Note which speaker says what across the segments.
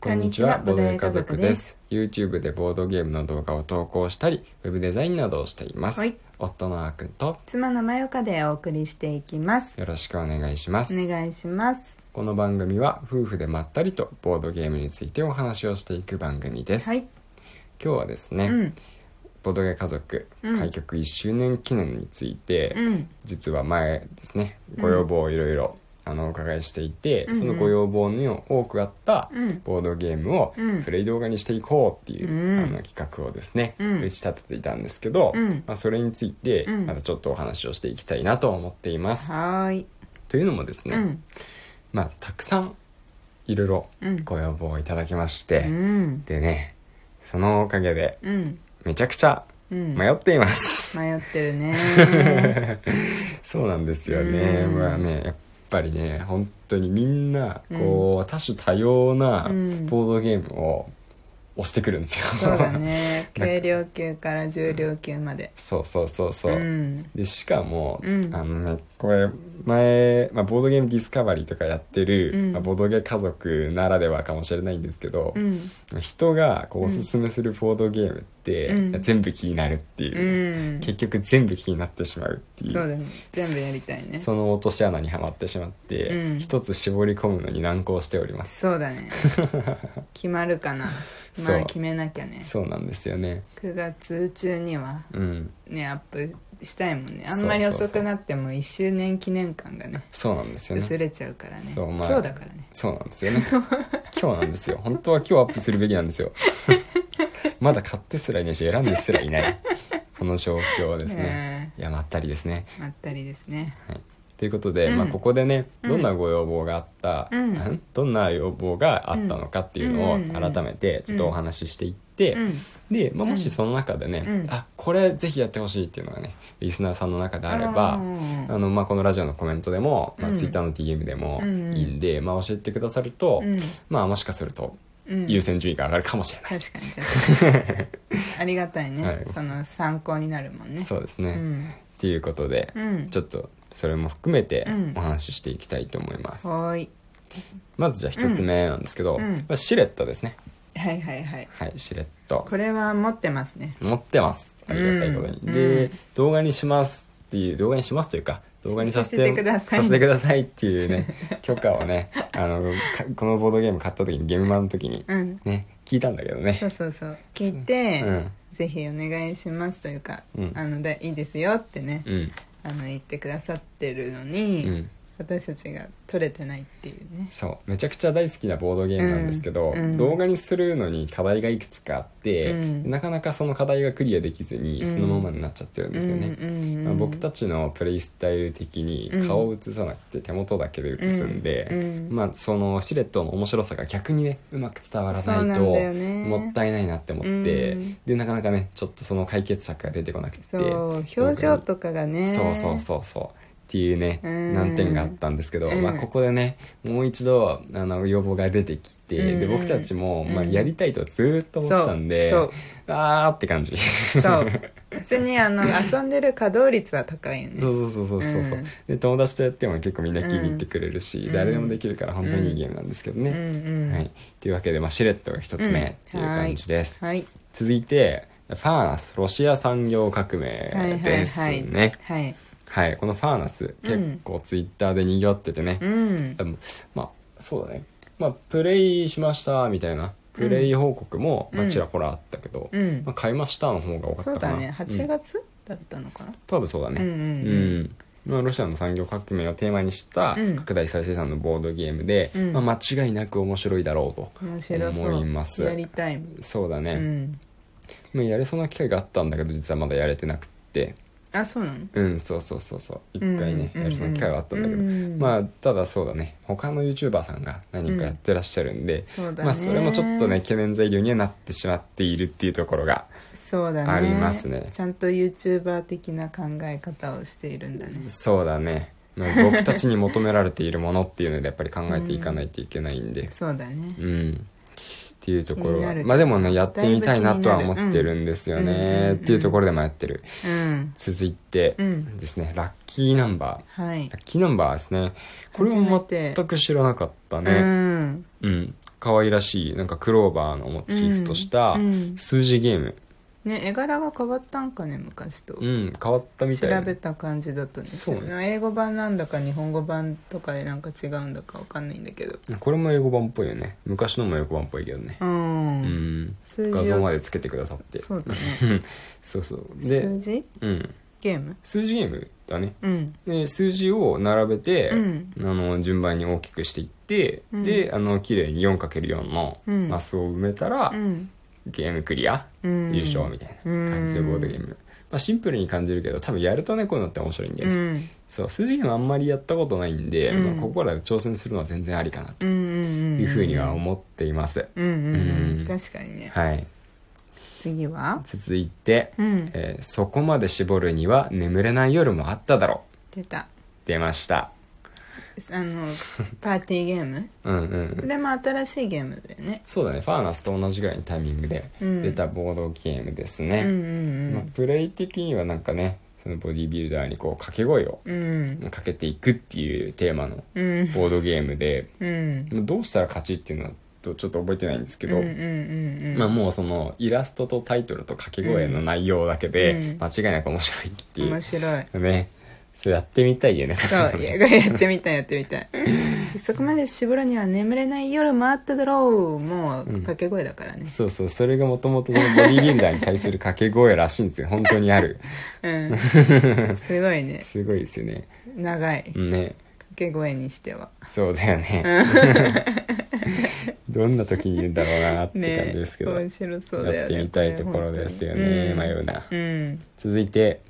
Speaker 1: こんにちは、ボードゲー家族です。す。YouTube でボードゲームの動画を投稿したり、ウェブデザインなどをしています。
Speaker 2: はい
Speaker 1: 夫のあーくんと、
Speaker 2: 妻のまよかでお送りしていきます。
Speaker 1: よろしくお願いします。
Speaker 2: お願いします。
Speaker 1: この番組は、夫婦でまったりとボードゲームについてお話をしていく番組です。
Speaker 2: はい。
Speaker 1: 今日はですね、
Speaker 2: うん。
Speaker 1: ボードゲー家族、
Speaker 2: うん
Speaker 1: 開局1周年記念について、
Speaker 2: うん。
Speaker 1: 実は前ですね、ご要望をいろいろ、あのお伺いしていて、
Speaker 2: うんうん
Speaker 1: そのご要望に多くあった、
Speaker 2: うん。
Speaker 1: ボードゲームを
Speaker 2: うん
Speaker 1: プレイ動画にしていこうっていう、
Speaker 2: うん
Speaker 1: あの企画をですね、
Speaker 2: うん
Speaker 1: 打ち立てていたんですけど、
Speaker 2: うん
Speaker 1: まあ、それについて
Speaker 2: うん
Speaker 1: またちょっとお話をしていきたいなと思っています。
Speaker 2: はーい。
Speaker 1: というのもですね、
Speaker 2: うん。
Speaker 1: まあ、たくさんいろいろ
Speaker 2: うん。
Speaker 1: ご要望をいただきまして、
Speaker 2: うん。
Speaker 1: でねそのおかげで
Speaker 2: うん。
Speaker 1: めちゃくちゃ
Speaker 2: うん。
Speaker 1: 迷っています。
Speaker 2: 迷って るね。
Speaker 1: そうなんですよね、
Speaker 2: うん
Speaker 1: まあねやっぱりね本当にみんなこう、多種多様な
Speaker 2: うん
Speaker 1: ボードゲームを押してくるんですよ。
Speaker 2: そうだね。
Speaker 1: なんか
Speaker 2: 軽量級から重量級まで。
Speaker 1: そうそうそうそうう、
Speaker 2: ん。
Speaker 1: でしかも、
Speaker 2: うん
Speaker 1: あのねこれ前、まあ、ボードゲームディスカバリーとかやってる、
Speaker 2: うん
Speaker 1: まあ、ボードゲー家族ならではかもしれないんですけど、
Speaker 2: うん。
Speaker 1: 人がこうおすすめするボードゲームって、
Speaker 2: うん
Speaker 1: 全部気になるっていう、
Speaker 2: うん。
Speaker 1: 結局全部気になってしまうっていう
Speaker 2: そうだね。全部やりたいね。
Speaker 1: その落とし穴にはまってしまって、
Speaker 2: うん
Speaker 1: 一つ絞り込むのに難航しております
Speaker 2: そう だね。決まるかな。
Speaker 1: そ
Speaker 2: まあ
Speaker 1: う
Speaker 2: 決めなきゃね。
Speaker 1: そうなんですよね
Speaker 2: 9月中には
Speaker 1: うん
Speaker 2: ねアップしたいもんねあ
Speaker 1: そうん
Speaker 2: まり
Speaker 1: そうそう
Speaker 2: 遅くなっても1周年記念感がね
Speaker 1: そうなんですよね
Speaker 2: 薄れちゃうからね
Speaker 1: そうま
Speaker 2: 今
Speaker 1: あ
Speaker 2: 日だからね
Speaker 1: そうなんですよね今日なん ですよ本当は今日アップするべきなんですよ まだ買ってすらいないし選んですらいないこの状況ですね、いやまったりですね
Speaker 2: えーまったりですね
Speaker 1: ということで、
Speaker 2: うん
Speaker 1: まあ、ここでね
Speaker 2: うん
Speaker 1: どんなご要望があった、
Speaker 2: うん
Speaker 1: んどんな要望があったのかっていうの
Speaker 2: う
Speaker 1: を
Speaker 2: ん
Speaker 1: 改めてちょっとお話ししていって、
Speaker 2: うん
Speaker 1: で、まあ、もしその中でね、
Speaker 2: うん
Speaker 1: あこれぜひやってほしいっていうのがねリスナーさんの中であれば、
Speaker 2: うん
Speaker 1: あのまあ、このラジオのコメントでも、まあ、
Speaker 2: うん
Speaker 1: Twitter の DM でも
Speaker 2: うん
Speaker 1: いいんで、まあ、教えてくださると、
Speaker 2: うん
Speaker 1: まあもしかすると
Speaker 2: うん
Speaker 1: 優先順位が上がるかもしれない、
Speaker 2: 確かに確 かにありがたいね、
Speaker 1: はい
Speaker 2: その参考になるもんね
Speaker 1: そうですね、
Speaker 2: う
Speaker 1: っ
Speaker 2: ん
Speaker 1: ていうことで、
Speaker 2: うん
Speaker 1: ちょっとそれも含めて
Speaker 2: うん
Speaker 1: お話ししていきたいと思います、
Speaker 2: はーい
Speaker 1: まずじゃあ一つ目なんですけど、
Speaker 2: うんうん
Speaker 1: まあシレットですね
Speaker 2: はいはいはい
Speaker 1: はいシレット
Speaker 2: これは持ってますね
Speaker 1: 持ってますありがたいことに、
Speaker 2: うん
Speaker 1: で、
Speaker 2: うん
Speaker 1: 動画にしますっていう動画にしますというか動画にさせて
Speaker 2: させてください
Speaker 1: させてくださいっていうね 許可をねあのかこのボードゲーム買った時にゲームマンの時に
Speaker 2: うん
Speaker 1: ね聞いたんだけど
Speaker 2: そ
Speaker 1: ね
Speaker 2: うそ うそう聞いて、
Speaker 1: うん
Speaker 2: ぜひお願いしますというか、
Speaker 1: うん
Speaker 2: あのだいいですよってね、
Speaker 1: うん
Speaker 2: あの言ってくださってるの
Speaker 1: う
Speaker 2: に、
Speaker 1: ん
Speaker 2: 私たちが取れてないっていうね
Speaker 1: そうめちゃくちゃ大好きなボードゲームなんですけど、
Speaker 2: うんうん
Speaker 1: 動画にするのに課題がいくつかあって、
Speaker 2: うん
Speaker 1: なかなかその課題がクリアできずに
Speaker 2: うん
Speaker 1: そのままになっちゃってるんですよね、
Speaker 2: うんうんうん
Speaker 1: まあ、僕たちのプレイスタイル的に顔を映さなくて手元だけで映すんで、
Speaker 2: うんうん
Speaker 1: まあ、そのシレットの面白さが逆にねうまく伝わら
Speaker 2: そうなん
Speaker 1: ないと
Speaker 2: だよね
Speaker 1: もったいないなって思って、
Speaker 2: うん
Speaker 1: でなかなかねちょっとその解決策が出てこなくて
Speaker 2: そう表情とかがね
Speaker 1: そうそうそうそうっていうね
Speaker 2: うん
Speaker 1: 難点があったんですけど、
Speaker 2: うん
Speaker 1: まあ、ここでねもう一度あの要望が出てきて、
Speaker 2: うん
Speaker 1: で僕たちも、まあ、
Speaker 2: うん
Speaker 1: やりたいとずーっと思ってたんで、
Speaker 2: そう
Speaker 1: あーって感じ
Speaker 2: そうそう別 にあの遊んでる稼働率は高いよね
Speaker 1: そうそうそうそうそうそう
Speaker 2: うん
Speaker 1: で友達とやっても結構みんな気に入ってくれるし、
Speaker 2: うん
Speaker 1: 誰でもできるから本当にいいゲームなんですけど
Speaker 2: う
Speaker 1: ね、
Speaker 2: んうん
Speaker 1: はい、というわけで、まあ、シレットが一つ目っていう感じです、
Speaker 2: はい
Speaker 1: 続いてファーナスロシア産業革
Speaker 2: はいは
Speaker 1: 命
Speaker 2: い
Speaker 1: ですね、
Speaker 2: は
Speaker 1: はい
Speaker 2: いはい
Speaker 1: はい、このファーナス
Speaker 2: うん
Speaker 1: 結構ツイッターで賑わっててね、
Speaker 2: うん
Speaker 1: でもまあそうだねまあプレイしましたみたいなプレイ報告も、
Speaker 2: うん
Speaker 1: まあ、ちらほらあったけど、
Speaker 2: うん
Speaker 1: まあ、買いましたの方が多かっ
Speaker 2: そう
Speaker 1: たかな
Speaker 2: だね8
Speaker 1: ん
Speaker 2: 月、だったのかな
Speaker 1: 多分そうだね
Speaker 2: うんうんうん
Speaker 1: まあ、ロシアの産業革命をテーマにした
Speaker 2: うん
Speaker 1: 拡大再生産のボードゲームで、
Speaker 2: うん
Speaker 1: まあ、間違いなく面白いだろうと
Speaker 2: 面白そう
Speaker 1: 思います
Speaker 2: やりたいもん、
Speaker 1: そうだ
Speaker 2: う
Speaker 1: ね、
Speaker 2: ん
Speaker 1: まあ、やれそうな機会があったんだけど実はまだやれてなくって
Speaker 2: あそうなの
Speaker 1: うんそうそうそうそう一回ね、
Speaker 2: うん
Speaker 1: やるその機会はあったんだけど、
Speaker 2: うんうん
Speaker 1: まあただそうだね他の YouTuber さんが何人かやってらっしゃるんで、
Speaker 2: そうだね
Speaker 1: まあそれもちょっとね懸念材料にはなってしまっているっていうところが
Speaker 2: そうだね
Speaker 1: ありますね
Speaker 2: ちゃんと YouTuber 的な考え方をしているんだね
Speaker 1: そうだね、まあ、僕たちに求められているものっていうのでやっぱり考えていかないといけないんで
Speaker 2: そうだね
Speaker 1: うん、っていうところ
Speaker 2: 気にな
Speaker 1: は
Speaker 2: る
Speaker 1: まあでもねやってみたいなとは
Speaker 2: だいぶ気になる
Speaker 1: 思ってるんですよ
Speaker 2: うんうんうんう
Speaker 1: ね
Speaker 2: ん
Speaker 1: っていうところで迷ってる
Speaker 2: うん
Speaker 1: 続いて
Speaker 2: うん
Speaker 1: ですねラッキーナンバー
Speaker 2: はい
Speaker 1: ラッキーナンバーですねこれ
Speaker 2: 初め
Speaker 1: も
Speaker 2: て
Speaker 1: 全く知らなかったね、
Speaker 2: うん
Speaker 1: うん、可愛らしいなんかクローバーのモチーフとした
Speaker 2: うん
Speaker 1: 数字ゲーム
Speaker 2: ね絵柄が変わったんかね昔と、
Speaker 1: うん、変わったみたい
Speaker 2: 調
Speaker 1: な
Speaker 2: べた感じだとね
Speaker 1: そうね
Speaker 2: その英語版なんだか日本語版とかでなんか違うんだかわかんないんだけど
Speaker 1: これも英語版っぽいよね昔のも英語版っぽいけどね
Speaker 2: うん、
Speaker 1: うん
Speaker 2: 数字を
Speaker 1: 画像までつけてくださって
Speaker 2: そうだね
Speaker 1: そうそう で
Speaker 2: 数字
Speaker 1: うん
Speaker 2: ゲーム
Speaker 1: 数字ゲームだね
Speaker 2: うん
Speaker 1: で数字を並べて、
Speaker 2: うん
Speaker 1: あの順番に大きくしていって、
Speaker 2: うん
Speaker 1: であの綺麗に 4×4 の
Speaker 2: うん
Speaker 1: マスを埋めたら、
Speaker 2: うん
Speaker 1: ゲームクリア、
Speaker 2: うん
Speaker 1: 優勝みたいな感じで
Speaker 2: うん
Speaker 1: ボードゲーム、まあ、シンプルに感じるけど多分やるとねこういうのって面白いんだ
Speaker 2: う
Speaker 1: よね、
Speaker 2: ん
Speaker 1: そう数字ゲームあんまりやったことないんで、
Speaker 2: うん
Speaker 1: まあ、ここから挑戦するのは全然ありかなと
Speaker 2: うんうんん
Speaker 1: いうふうには思っています、
Speaker 2: うんうんうん、
Speaker 1: うん
Speaker 2: 確かにね
Speaker 1: はい
Speaker 2: 次は
Speaker 1: 続いて、
Speaker 2: うん
Speaker 1: えーそこまで絞るには眠れない夜もあっただろ
Speaker 2: 出た
Speaker 1: う」出ました
Speaker 2: あのパーティーゲーム
Speaker 1: うんうんうん
Speaker 2: これも新しいゲームだよね
Speaker 1: そうだねファーナスと同じぐらいのタイミングで
Speaker 2: うん
Speaker 1: 出たボードゲームです
Speaker 2: う
Speaker 1: ね、
Speaker 2: ん
Speaker 1: まあ、プレイ的にはなんかねそのボディビルダーにこう掛け声を
Speaker 2: うんうん
Speaker 1: かけていくっていうテーマの
Speaker 2: うん
Speaker 1: ボードゲームで
Speaker 2: うんうん
Speaker 1: どうしたら勝ちっていうのはちょっと覚えてないんですけ
Speaker 2: うんう
Speaker 1: ど、
Speaker 2: んうんうん
Speaker 1: まあ、もうそのイラストとタイトルと掛け声の内容だけで
Speaker 2: うん
Speaker 1: 間違いなく面白いっていう
Speaker 2: 面、白い
Speaker 1: ねそれやってみたいよね
Speaker 2: そういややってみたいやってみたいそこまで絞るには眠れない夜もあっただろうもう掛け声だからね
Speaker 1: そうそうそれがもともとそのボディビルダーに対する掛け声らしいんですよ本当にある
Speaker 2: うん、すごいね
Speaker 1: すごいですよね
Speaker 2: 長い掛
Speaker 1: ね
Speaker 2: け声にしては
Speaker 1: そうだよねどんな時に言うんだろうなって感じですけど、
Speaker 2: 面白そうだよね
Speaker 1: やってみたいところですよね
Speaker 2: うん
Speaker 1: 迷うな
Speaker 2: うん
Speaker 1: 続いて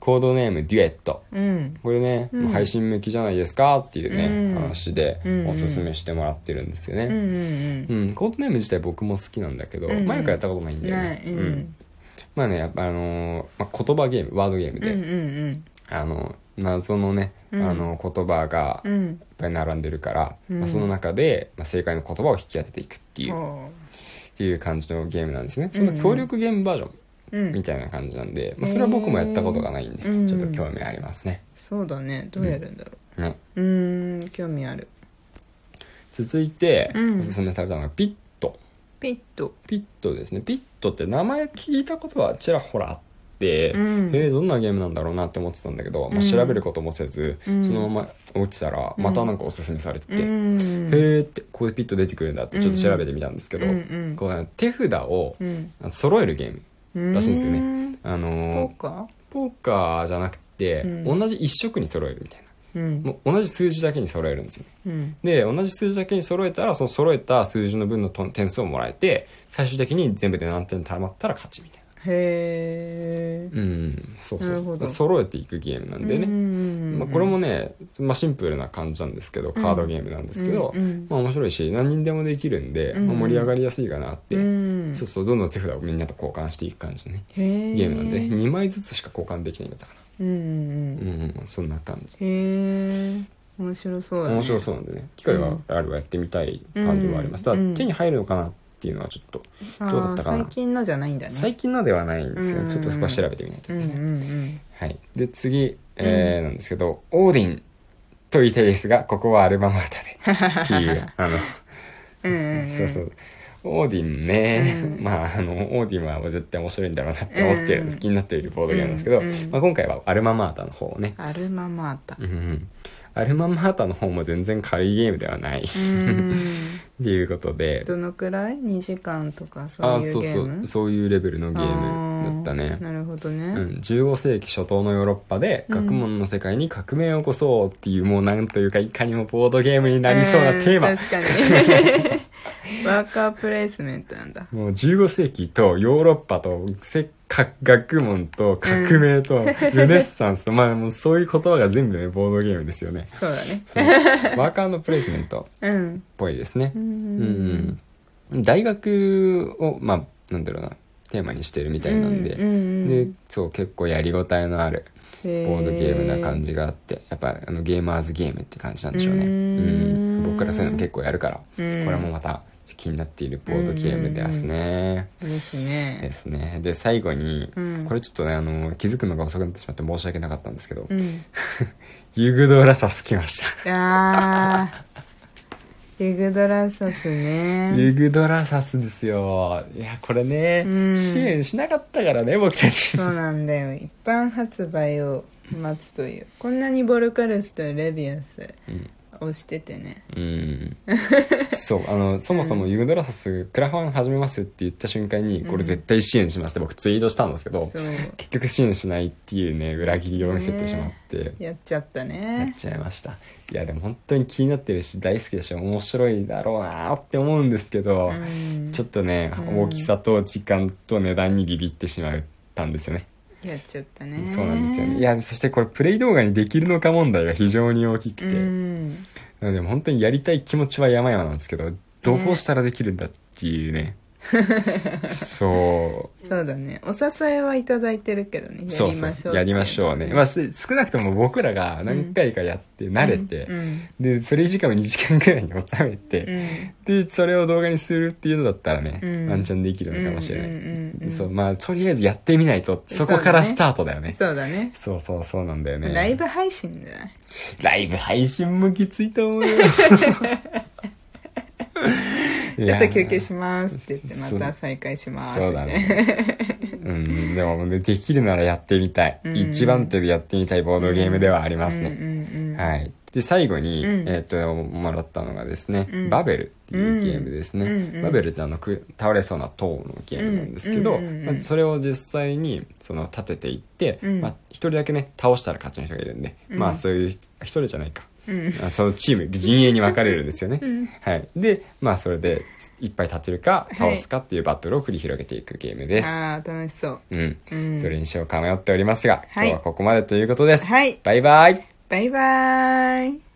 Speaker 1: コードネームデュエット
Speaker 2: うん
Speaker 1: これね、
Speaker 2: うん
Speaker 1: 配信向きじゃないですかっていうね、
Speaker 2: うん
Speaker 1: 話で
Speaker 2: うんうん
Speaker 1: おすすめしてもらってるんですよ
Speaker 2: うんう
Speaker 1: ね、
Speaker 2: ん
Speaker 1: うんコードネーム自体僕も好きなんだけど、
Speaker 2: うん
Speaker 1: 前からやったことないんだ
Speaker 2: うん
Speaker 1: よね
Speaker 2: ないうん
Speaker 1: まあねやっぱあのーまあ、言葉ゲームワードゲーム
Speaker 2: うんう
Speaker 1: で、
Speaker 2: んうん
Speaker 1: あの謎のね、
Speaker 2: うん
Speaker 1: あの言葉が
Speaker 2: う
Speaker 1: いっ
Speaker 2: ん
Speaker 1: ぱい並んでるから、
Speaker 2: うん
Speaker 1: まあ、その中で、まあ、正解の言葉を引き当てていくっていう,、っ
Speaker 2: ほ
Speaker 1: ていう感じのゲームなんですね
Speaker 2: う
Speaker 1: そ
Speaker 2: ん
Speaker 1: の協力ゲームバージョ
Speaker 2: うう
Speaker 1: ンみ
Speaker 2: ん
Speaker 1: たいな感じなんで、まあ、それは僕もやったことがないんで、
Speaker 2: へー
Speaker 1: ちょっと興味ありますね,、
Speaker 2: そうだねどうやるんだろ
Speaker 1: ね
Speaker 2: ううんん興味ある
Speaker 1: 続いて、
Speaker 2: うん
Speaker 1: おすすめされたのがピット
Speaker 2: ピッと
Speaker 1: ピットですねピットって名前聞いたことはちらほらあって、
Speaker 2: うん
Speaker 1: えーどんなゲームなんだろうなって思ってたんだけど、まあ、
Speaker 2: うん
Speaker 1: 調べることもせず、
Speaker 2: うん
Speaker 1: そのまま落ちたらまたなんかおすすめされてて、
Speaker 2: うん
Speaker 1: へーってここでピット出てくるんだってちょっと調べてみたんですけど、
Speaker 2: うんうん
Speaker 1: こうね手札を
Speaker 2: うん
Speaker 1: 揃えるゲーム、
Speaker 2: うん
Speaker 1: らしいんですよねあ
Speaker 2: そ
Speaker 1: の
Speaker 2: う
Speaker 1: ー
Speaker 2: か
Speaker 1: ポーカーじゃなくて、
Speaker 2: うん
Speaker 1: 同じ一色に揃えるみたいな
Speaker 2: うん
Speaker 1: もう同じ数字だけに揃えるんですよね
Speaker 2: うん
Speaker 1: で同じ数字だけに揃えたらその揃えた数字の分のと点数をもらえて最終的に全部で何点たまったら勝ちみたいな
Speaker 2: へえ
Speaker 1: うんそう
Speaker 2: なるほ
Speaker 1: そ
Speaker 2: ど
Speaker 1: う揃えていくゲームなんでね、まあ、これもね、まあ、シンプルな感じなんですけどカードゲームなんですけど、
Speaker 2: うんうん
Speaker 1: まあ、面白いし何人でもできるんで、
Speaker 2: うん
Speaker 1: まあ、盛り上がりやすいかなって、
Speaker 2: うん
Speaker 1: そうそうどんどん手札をみんなと交換していく感じのね
Speaker 2: へえ
Speaker 1: ゲームなんで、2枚ずつしか交換できないんだったか
Speaker 2: うんうん
Speaker 1: な、うんうん、そんな感じ
Speaker 2: へえ面白そうだね
Speaker 1: 面白そうなんでね機会があればやってみたい感じもあります、
Speaker 2: う
Speaker 1: た
Speaker 2: ん
Speaker 1: だ手に入るのかなっていうのはちょっとどうだったかな
Speaker 2: あー最近のじゃないんだね
Speaker 1: 最近のではないんですよ、
Speaker 2: うん
Speaker 1: ちょっとそこは調べてみないと
Speaker 2: うん
Speaker 1: で
Speaker 2: う
Speaker 1: すね、
Speaker 2: ん
Speaker 1: はい、で次、えーなんですけど「オーディン」と言いたいですがここはアルバムマタ でっていうあの
Speaker 2: うんうんん
Speaker 1: そうそうオーディンね、
Speaker 2: うん
Speaker 1: まああのオーディンは絶対面白いんだろうなって思ってる、
Speaker 2: うん
Speaker 1: 気になっているボードゲームなんですけど、
Speaker 2: うんうん
Speaker 1: まあ、今回はアルママータの方をね、
Speaker 2: アルママータ
Speaker 1: うんうん、アルママータの方も全然軽いゲームではないっ
Speaker 2: うーん
Speaker 1: ていうことで
Speaker 2: どのくらい2時間とかそ
Speaker 1: あ
Speaker 2: ういう
Speaker 1: そう
Speaker 2: ゲ
Speaker 1: そ
Speaker 2: ー
Speaker 1: う
Speaker 2: ム
Speaker 1: そういうレベルのゲームだった
Speaker 2: あー
Speaker 1: ね
Speaker 2: なるほど
Speaker 1: う
Speaker 2: ね
Speaker 1: ん、15世紀初頭のヨーロッパで
Speaker 2: うん
Speaker 1: 学問の世界に革命を起こそうっていう、もうなんというかいかにもボードゲームになりそうなテーマ、
Speaker 2: ん確かにワーカープレイスメントなんだ
Speaker 1: もう15世紀とヨーロッパとせか学問と革命 とルネッサンスと、まあもうそういう言葉が全部ねボードゲームですよね
Speaker 2: そうだね
Speaker 1: そうワーカーのプレイスメントっ
Speaker 2: うん
Speaker 1: ぽいですね
Speaker 2: う
Speaker 1: うんん、大学をまあなんだろうなテーマにしてるみたいなんで、
Speaker 2: うんうんう
Speaker 1: で
Speaker 2: ん
Speaker 1: そう結構やりごたえのある
Speaker 2: ボ
Speaker 1: ボードゲームな感じがあってやっぱあのゲーマーズゲームって感じなんでしょうねうん
Speaker 2: うん
Speaker 1: 僕らそういうの結構やるから、
Speaker 2: うん
Speaker 1: これもまた気になっているボードゲームですね、
Speaker 2: です
Speaker 1: で
Speaker 2: ね
Speaker 1: すねで最後に、
Speaker 2: うん
Speaker 1: これちょっとねあの気づくのが遅くなってしまって申し訳なかったんですけど、
Speaker 2: うん
Speaker 1: ユグドラサス来ました
Speaker 2: あーユグドラサスね
Speaker 1: ユグドラサスですよいやこれね、
Speaker 2: うん
Speaker 1: 支援しなかったからね僕たち
Speaker 2: そうなんだよ一般発売を待つというこんなにボルカルスとレビアス
Speaker 1: うん
Speaker 2: 押しててね
Speaker 1: うんそうあのそもそもユグドラサスクラファン始めますって言った瞬間にこれ絶対支援しますって僕ツイートしたんですけど、
Speaker 2: そう
Speaker 1: 結局支援しないっていうね裏切りを見せてしまって
Speaker 2: やっちゃった
Speaker 1: やっ
Speaker 2: ね
Speaker 1: ちゃいましたいやでも本当に気になってるし大好きだし面白いだろうなって思うんですけど、
Speaker 2: うん
Speaker 1: ちょっとね、
Speaker 2: うん
Speaker 1: 大きさと時間と値段にビビってしまったんですよね
Speaker 2: やっちゃったね
Speaker 1: そうなんですよねいやそしてこれプレイ動画にできるのか問題が非常に大きくて、
Speaker 2: うん
Speaker 1: なので本当にやりたい気持ちは山々なんですけどどうしたらできるんだっていう ねそう
Speaker 2: そうだねお支えはいただいてるけどねや
Speaker 1: そう
Speaker 2: りまし
Speaker 1: そ
Speaker 2: ょう
Speaker 1: うやりましょうね、まあ、す少なくとも僕らが何回かやって慣れて、
Speaker 2: うん
Speaker 1: でそれ以上も2時間ぐらいに収め
Speaker 2: う
Speaker 1: て、
Speaker 2: ん
Speaker 1: でそれを動画にするっていうのだったらね、
Speaker 2: うん
Speaker 1: ワンチャンできるのかもしれない、
Speaker 2: うんうんうんうん
Speaker 1: そうまあとりあえずやってみないと
Speaker 2: そ
Speaker 1: そう
Speaker 2: だね
Speaker 1: こからスタートだよね
Speaker 2: そうだね
Speaker 1: そうそうそうなんだよね
Speaker 2: ライブ配信じゃない
Speaker 1: ライブ配信もきついと思う よ
Speaker 2: ち
Speaker 1: ち
Speaker 2: ょっと休憩しますって言ってまた再開します
Speaker 1: そうだねうんでもねできるならやってみたい、
Speaker 2: うん
Speaker 1: 一番手でやってみたいボードゲームではありますね、
Speaker 2: は
Speaker 1: はいいで最後に、
Speaker 2: うん
Speaker 1: えっともらったのがですね、
Speaker 2: うん
Speaker 1: バベルっていうゲームですね、
Speaker 2: うんうん
Speaker 1: バベルってあのく倒れそうな塔のゲームなんですけど、
Speaker 2: うんうんうんうん
Speaker 1: まあ、それを実際にその立てていって、
Speaker 2: うん
Speaker 1: まあ、一人だけね倒したら勝ちの人がいるんで、
Speaker 2: うん
Speaker 1: まあそういう一人じゃないか
Speaker 2: うん
Speaker 1: あそのチーム陣営に分かれるんですよね、
Speaker 2: うん
Speaker 1: はい、でまあそれでいっぱい立てるか倒すかっていうバトルを繰り広げていくゲームです、
Speaker 2: ああ楽しそう
Speaker 1: うん
Speaker 2: うん
Speaker 1: どれにしようか迷っておりますが、
Speaker 2: はい
Speaker 1: 今日はここまでということです、
Speaker 2: はい
Speaker 1: バイバイ
Speaker 2: バイバーイ